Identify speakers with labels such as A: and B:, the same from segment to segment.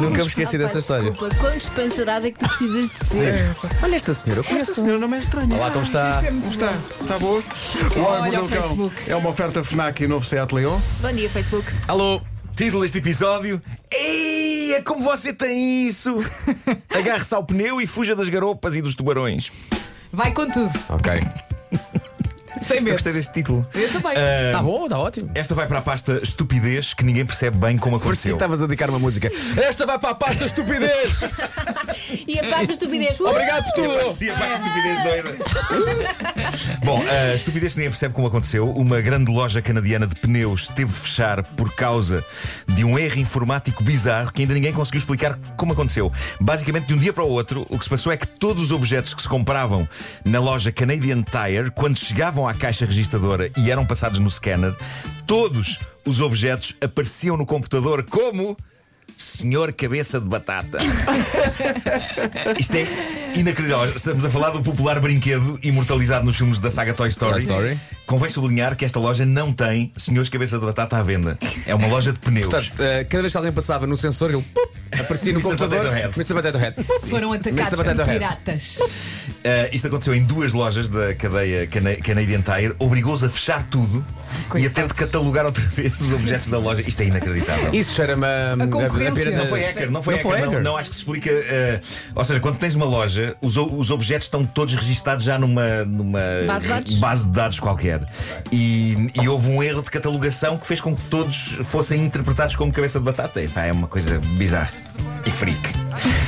A: me esqueci dessa história.
B: Desculpa, quão despancerada é que tu precisas de ser?
A: Olha esta senhora, eu
C: Esta
A: conheço.
C: senhora não é estranha.
A: Olá, como está?
C: Isto é muito está? Está boa? O Homem
B: Olha
C: que
B: o
C: Mordeu o Cão
B: Facebook.
C: é uma oferta FNAC e novo Seat Leon.
B: Bom dia, Facebook.
A: Alô?
D: Título deste episódio: Ei, é como você tem isso! Agarre-se ao pneu e fuja das garopas e dos tubarões.
E: Vai com tudo,
D: Ok.
E: sem
D: Eu
E: medo.
D: gostei deste título. Eh,
E: Eu também.
A: Está Tá bom, está ótimo.
D: Esta vai para a pasta estupidez que ninguém percebe bem como
A: Parecia que
D: aconteceu.
A: estavas a dedicar uma música. Esta vai para a pasta estupidez!
B: E a paz da estupidez. Uh!
A: Obrigado por tudo!
D: Parecia mais estupidez doida. Bom, a estupidez que ninguém percebe como aconteceu. Uma grande loja canadiana de pneus teve de fechar por causa de um erro informático bizarro que ainda ninguém conseguiu explicar como aconteceu. Basicamente, de um dia para o outro, o que se passou é que todos os objetos que se compravam na loja Canadian Tire, quando chegavam à caixa registadora e eram passados no scanner, todos os objetos apareciam no computador como Senhor Cabeça de Batata. Isto é inacreditável. Estamos a falar do popular brinquedo imortalizado nos filmes da saga Toy Story.
A: Toy Story.
D: Convém sublinhar que esta loja não tem Senhores Cabeça de Batata à venda. É uma loja de pneus.
A: Portanto, eh, cada vez que alguém passava no sensor, ele pup, aparecia no
D: Mr.
A: computador.
D: Potato Head.
A: Mr. Potato Head.
E: Foram
A: Mr.
E: atacados por
A: Potato Head.
E: piratas.
D: Uh, isto aconteceu em duas lojas da cadeia cana Canadian Tire, obrigou-os a fechar tudo e a ter de catalogar outra vez os objetos da loja. Isto é inacreditável.
A: Isso cheira-me a,
E: concorrência.
D: Não foi hacker, não foi
A: Não
D: hacker.
A: foi
D: Não,
A: hacker.
D: não, acho que se explica. eh, ou seja, quando tens uma loja, os, o- os objetos estão todos registados já numa, numa
B: Base de dados?
D: base de dados qualquer. E, e houve um erro de catalogação que fez com que todos fossem interpretados como cabeça de batata. Epá, é uma coisa bizarra e freak.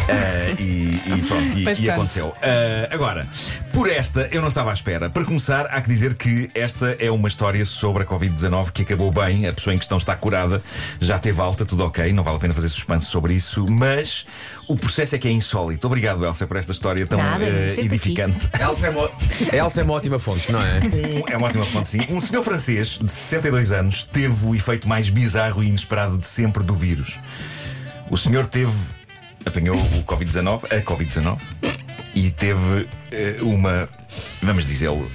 D: Eh, e, e pronto, e- e
E: Bastante.
D: aconteceu. Uh, agora, por esta eu não estava à espera. Para começar, há que dizer que esta é uma história sobre a Covid-19 que acabou bem. A pessoa em questão está curada, já teve alta, tudo ok. Não vale a pena fazer suspense sobre isso. Mas o processo é que é insólito. Obrigado, Elsa, por esta história tão
B: Nada,
D: eh,
B: sempre
D: edificante.
A: A Elsa é uma- A Elsa é uma ótima fonte, não é?
D: Um- é uma ótima fonte, sim. Um senhor francês de 62 anos teve o efeito mais bizarro e inesperado de sempre do vírus. O senhor teve. apanhou o Covid-19, a Covid-19, e teve eh, uma, vamos dizê-lo,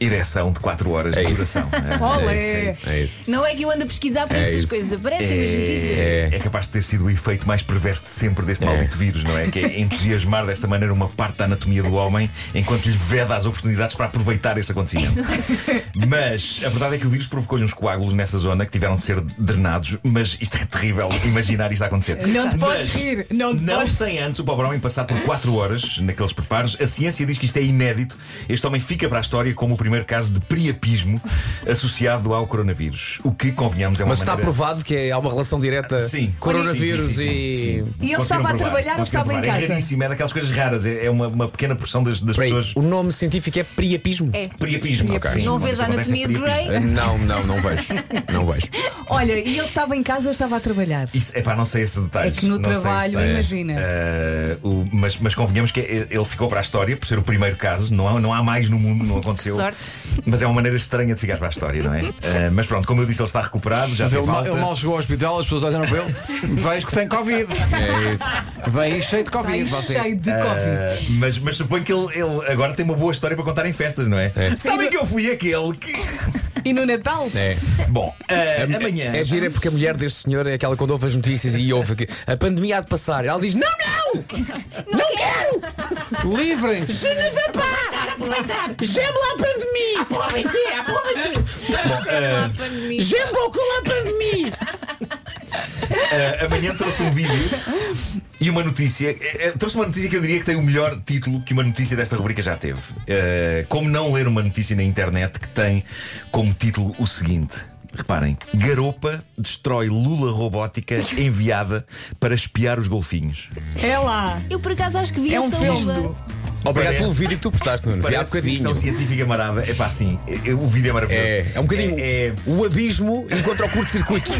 D: ereção de 4 horas de duração.
E: Olé!
A: É isso.
B: Não é que eu ando a pesquisar por estas
A: isso.
B: coisas,
D: É,
B: aparecem nas notícias.
D: é- é capaz de ter sido o efeito mais perverso de sempre deste maldito vírus, não é? Que é entusiasmar desta maneira uma parte da anatomia do homem enquanto lhe veda as oportunidades para aproveitar esse acontecimento. Mas a verdade é que o vírus provocou-lhe uns coágulos nessa zona que tiveram de ser drenados, mas isto é terrível imaginar isto a acontecer.
E: Não te podes
D: Mas
E: rir, não te
D: Não
E: podes.
D: sem antes o pobre homem passar por 4 horas naqueles preparos. A ciência diz que isto é inédito. Este homem fica para a história como o primeiro caso de priapismo associado ao coronavírus. O que, convenhamos, é uma
A: Mas está
D: maneira...
A: provado que há uma relação direta
D: Sim.
A: coronavírus
D: Sim, sim, sim,
A: e.
D: sim, sim.
E: E ele
D: Conseguiram
E: estava a
D: provar,
E: trabalhar ou
D: conseguiram
E: estava em
D: provar.
E: casa?
D: É raríssimo, é daquelas coisas raras. É é uma, uma pequena porção das, das
A: Peraí,
D: pessoas.
A: o nome científico é priapismo.
B: É.
D: Priapismo, ok.
A: Priapismo.
B: Não
D: Uma
B: vês a
D: pessoa acontece
B: anatomia de Grey?
D: priapismo.
A: Eh, Não, não, não vejo. Não vejo.
E: Olha, e ele estava em casa ou estava a trabalhar?
D: Isso, é pá, não sei esse detalhe. Eh,
E: É que no trabalho, imagina.
D: mas, mas convenhamos que ele ficou para a história por ser o primeiro caso. Não há, não há mais no mundo, não aconteceu.
B: Que sorte.
D: Mas é uma maneira estranha de ficar para a história, não é? Eh, mas pronto, como eu disse, ele está recuperado, já
C: Ele,
D: teve
C: mal-
D: alta.
C: ele mal chegou ao hospital, as pessoas olharam para ele. Vejo que tem Covid.
A: É isso.
C: Vem cheio de Covid.
E: Está
C: você.
E: cheio de Covid.
D: Eh, mas, mas suponho que ele, ele agora tem uma boa história para contar em festas, não é?
A: É.
D: Sabem que eu fui aquele que.
E: E no Natal?
D: né?
A: É.
D: Bom, eh, amanhã.
A: É gira porque a mulher deste senhor é aquela que quando ouve as notícias e ouve que a pandemia há de passar. Ela diz: Não, não! Não quero!
C: Livrem-se.
A: Geme lá a pandemia! Aproveitei, aproveitei!
B: Lá para
E: É.
B: mim.
A: Geme o cu lá a pandemia!
D: Eh, amanhã trouxe um vídeo e uma notícia. eh, eh, trouxe uma notícia que eu diria que tem o melhor título que uma notícia desta rubrica já teve. Eh, como não ler uma notícia na internet que tem como título o seguinte. Reparem, garopa destrói lula robótica enviada para espiar os golfinhos.
E: É lá.
B: Eu por acaso acho que vi
D: É um
B: essa
D: visto.
B: lula.
A: Obrigado
D: Parece-
A: pelo vídeo que tu postaste, Nuno. Vi há
D: Parece
A: bocadinho.
D: ficção científica marada. É pá, assim, eh, o vídeo é maravilhoso.
A: É, é um bocadinho
D: É- é-
A: o abismo encontra o curto-circuito.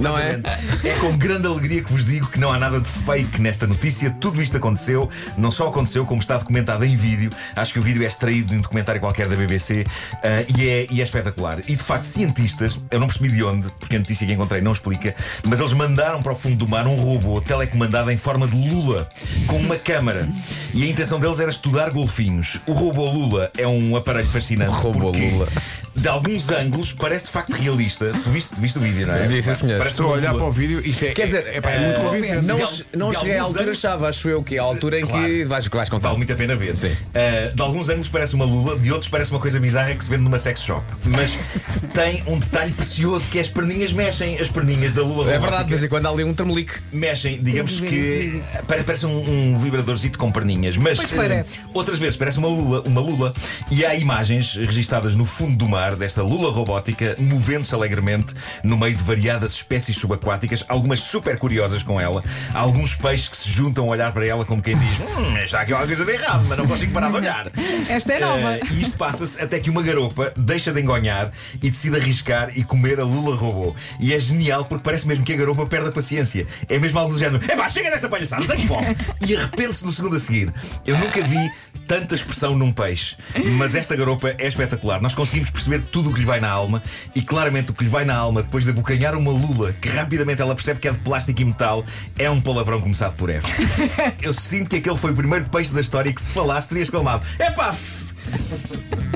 A: não é?
D: É com grande alegria que vos digo que não há nada de fake nesta notícia. Tudo isto aconteceu, não só aconteceu, como está documentado em vídeo. Acho que o vídeo é extraído de um documentário qualquer da BBC ah, e, é, e é espetacular. E de facto, cientistas, eu não percebi de onde, porque a notícia que encontrei não explica, mas eles mandaram para o fundo do mar um robô telecomandado em forma de Lula, com uma câmara. E a intenção deles era estudar golfinhos. O robô Lula é um aparelho fascinante.
A: Robô
D: porque
A: Lula.
D: de alguns ângulos, parece de facto realista. Tu viste, viste o vídeo, não é?
A: Vi, sim, senhor.
D: Parece
C: Estou a
D: uma
C: olhar
D: bula.
C: para o vídeo, isto é.
A: Quer dizer,
C: é, pá, é muito
A: eh,
C: convincente.
A: Não,
D: De al-
A: não
D: de
A: cheguei à
D: alguns
A: altura
D: anos-
A: chave, acho eu que é a altura em que
D: Claro.
A: vais, vais contar.
D: Vale muito a pena ver.
A: Sim.
D: Ah, de alguns ângulos parece uma lula, de outros parece uma coisa bizarra que se vende numa sex shop. Mas tem um detalhe precioso que é as perninhas mexem, as perninhas da lula.
A: É
D: robótica
A: verdade, de vez em quando há ali um tremelique.
D: mexem, digamos
E: Muito bem esse
D: que
E: vídeo.
D: parece, parece um, um vibradorzito com perninhas, mas
E: Pois parece.
D: eh, outras vezes parece uma lula, uma lula, e há imagens registadas no fundo do mar desta lula robótica movendo-se alegremente no meio de variadas espécies subaquáticas, algumas super curiosas com ela, há alguns peixes que se juntam a olhar para ela como quem diz: "Hum, está aqui alguma coisa de errado, mas não consigo parar de olhar.
E: Esta é nova.
D: Eh, e isto passa-se até que uma garopa deixa de engonhar e decide arriscar e comer a Lula robô. E é genial porque parece mesmo que a garopa perde a paciência. É mesmo algo do género: é pá, chega desta palhaçada, tenho fome. E arrepende-se no segundo a seguir. Eu nunca vi tanta expressão num peixe, mas esta garopa é espetacular. Nós conseguimos perceber tudo o que lhe vai na alma e claramente o que lhe vai na alma depois de abocanhar uma Lula que rapidamente ela percebe que é de plástico e metal é um palavrão começado por F. Eu sinto que aquele foi o primeiro peixe da história que se falasse teria exclamado: é pá,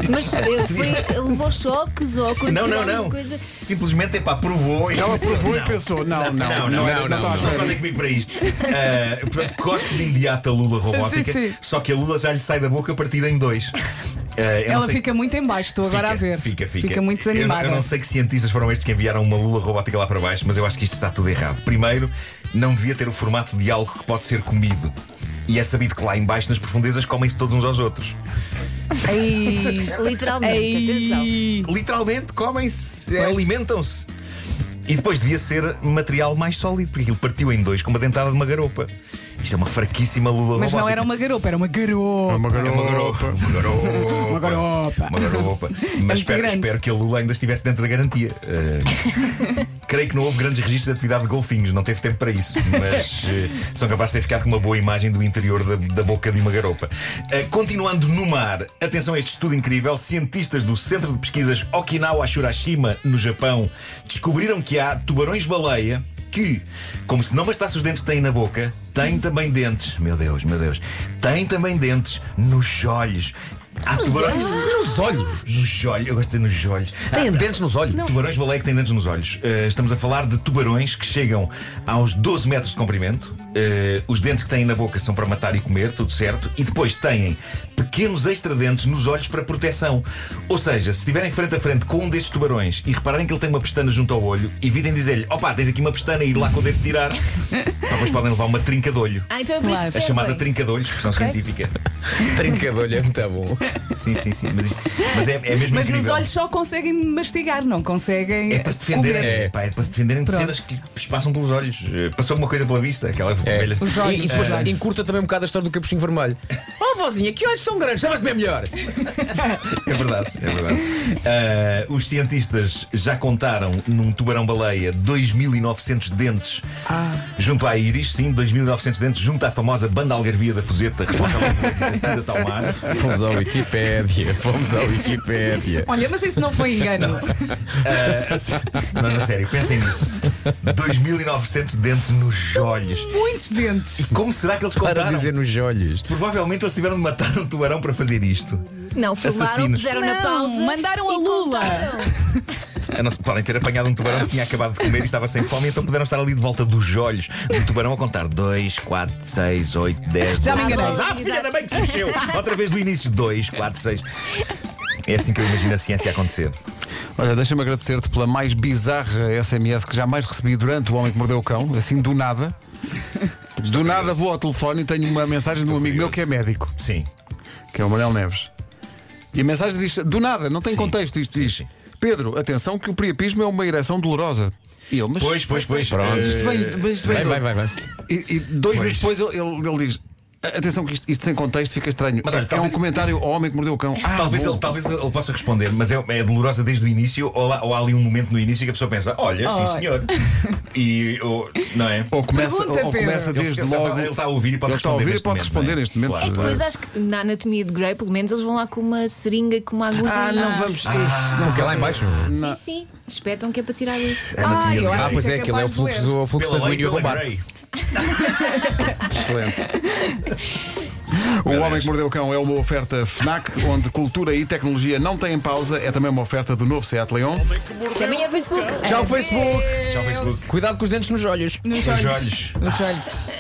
B: Mas eh, foi, levou choques ou aconteceu
D: Não, não,
B: alguma
D: não.
B: coisa.
D: Simplesmente, epá, provou e
C: Ela provou e pensou: não, não, não, não, era- não, estava à
D: Não
C: espera
D: contem comigo para isto. Ah, portanto, cospe de imediato a Lula robótica,
E: Sim, sim.
D: só que a Lula já lhe sai da boca partida em dois. Ah, eu não
E: Ela
D: sei-
E: fica muito em baixo, estou agora a ver.
D: Fica, fica.
E: muito
D: Eu não-
E: desanimada.
D: Eu, não sei que cientistas foram estes que enviaram uma lula robótica lá para baixo, mas eu acho que isto está tudo errado. Primeiro, não devia ter o formato de algo que pode ser comido. E é sabido que lá em baixo, nas profundezas, comem-se todos uns aos outros.
E: Ei,
B: Literalmente, atenção.
E: ei.
D: Literalmente, comem-se, alimentam-se. E depois devia ser material mais sólido, porque aquilo partiu em dois com uma dentada de uma garopa. Isto é uma fraquíssima lula
E: Mas
D: robótica.
E: não era uma garopa, era uma garopa.
C: Uma
D: É uma garopa.
C: garopa.
D: Uma garopa.
E: Uma garopa. É
D: Uma garopa.
E: muito
D: Mas espero,
E: grande.
D: espero que a Lula ainda estivesse dentro da garantia. Eh, creio que não houve grandes registros de atividade de golfinhos, não teve tempo para isso. Mas eh, são capazes de ter ficado com uma boa imagem do interior da, da boca de uma garopa. Eh, continuando no mar, atenção a este estudo incrível: cientistas do Centro de Pesquisas Okinawa Shurashima, no Japão, descobriram que há tubarões-baleia que, como se não bastasse os dentes que têm na boca, têm também dentes, meu Deus, meu Deus, têm também dentes nos olhos. Há tubarões.
A: Nos olhos.
D: Nos olhos, eu gosto de dizer nos olhos.
A: Têm dentes nos olhos.
D: Tubarões baleia que têm dentes nos olhos. Eh, estamos a falar de tubarões que chegam aos 12 metros de comprimento. Eh, os dentes que têm na boca são para matar e comer, tudo certo. E depois têm pequenos extradentes nos olhos para proteção. Ou seja, se estiverem frente a frente com um destes tubarões e repararem que ele tem uma pestana junto ao olho, evitem dizer-lhe: opá, tens aqui uma pestana e ir lá com o dedo tirar. Pá, Depois podem levar uma trinca de olho.
B: Ah, então é por isso que
D: A chamada
B: servem.
D: trinca de olho, expressão
B: Ok.
D: científica.
A: Trincadolho é muito bom.
D: Sim, sim, sim. Mas, isto- mas é, é mesmo
E: Mas
D: incrível.
E: nos olhos só conseguem mastigar, não conseguem.
D: É para se defenderem,
A: É.
D: é. pá, é para se defenderem de
E: Pronto.
D: cenas que lhes passam pelos olhos. Eh, Passou alguma coisa pela vista,
A: É.
D: aquela velha.
E: Os olhos.
A: E, e depois
E: É.
A: encurta também um bocado a história do capuchinho vermelho. Oh, vozinha, que olhos tão grandes, estava a comer melhor.
D: É verdade, é verdade. Eh, os cientistas já contaram num tubarão-baleia 2.900 dentes junto à íris, sim, 2.900 dentes junto à famosa banda algarvia da Fuseta, relativamente ao mar.
A: Fomos à Wikipédia, fomos à Wikipédia.
E: Olha, mas isso não foi engano.
D: Eh, a sé- Mas a sério, pensem nisto: 2.900 dentes nos olhos.
E: Muitos dentes.
D: Como será que eles
A: Para
D: contaram?
A: dizer nos olhos.
D: Provavelmente eles tiveram de matar um tubarão para fazer isto.
B: Não, filmaram,
D: Assassinos.
B: puseram
E: Não,
B: na pausa.
E: mandaram a
B: e
E: Lula.
B: contaram.
D: A não ser- podem ter apanhado um tubarão que tinha acabado de comer e estava sem fome, então puderam estar ali de volta dos olhos do tubarão a contar 2, 4, 6, 8, 10,
E: Já me enganei.
D: Ah, filha da mãe que se mexeu! Outra vez do início: 2, 4, 6. É assim que eu imagino a ciência acontecer.
C: Olha, deixa-me agradecer-te pela mais bizarra SMS que jamais recebi durante o Homem que Mordeu o Cão, assim do nada. Do nada vou ao telefone e tenho uma mensagem de um amigo meu que é médico,
D: Sim.
C: que é o Manuel Neves. E a mensagem diz: do nada, não tem
D: Sim.
C: contexto, isto
D: Sim,
C: diz.
D: sim.
C: Pedro, atenção que o priapismo é uma ereção dolorosa. E eu, mas.
D: Pois, pois, pois.
A: Pronto.
D: Eh,
C: Isto vem, mas isto vem
A: Vai,
C: do-
A: vai, vai, vai.
C: E, e dois
D: Pois.
C: meses depois ele, ele- ele diz: Atenção, que isto, isto sem contexto fica estranho.
D: Mas olha,
C: é
D: talvez-
C: um comentário ao homem que mordeu o cão. Ah,
D: Talvez,
C: bom.
D: ele, talvez ele possa responder, mas é, é dolorosa desde o início, ou, lá- ou há ali um momento no início que a pessoa pensa: olha, sim
E: Olha.
D: senhor. E. ou- não é?
C: Ou começa,
E: Pergunta,
C: ou- ou
E: Pedro.
C: começa
D: Ele-
C: desde
D: ele está-
C: logo.
D: ele está a ouvir e pode
C: Ele está
D: responder
C: a ouvir e
D: neste
C: pode
D: momento,
C: responder
D: não é?
C: neste momento.
D: Claro.
B: É que depois acho que na anatomia de Grey, pelo menos, eles vão lá com uma seringa, com uma agulha.
C: Ah, não vamos. isto não
A: Porque é lá em baixo.
B: Sim, sim. Espetam que é para tirar isso.
D: Anatomia de
E: eu
D: Grey.
E: acho
A: Ah,
E: que
A: pois
E: isso
A: é, aquele é o
E: capaz de doer.
A: fluxo, o fluxo
D: Pela lei,
A: sanguíneo
D: pela
A: arrombado.
D: Grey.
A: Excelente.
C: O Homem que Mordeu o Cão é uma oferta FNAC, onde cultura e tecnologia não têm pausa. É também uma oferta do novo Seat Leon.
B: Também é Facebook.
A: Tchau, Facebook.
E: É,
D: Tchau, Facebook.
A: Cuidado com os dentes nos olhos.
E: Nos
D: Os
E: olhos.
D: olhos.
E: Nos olhos.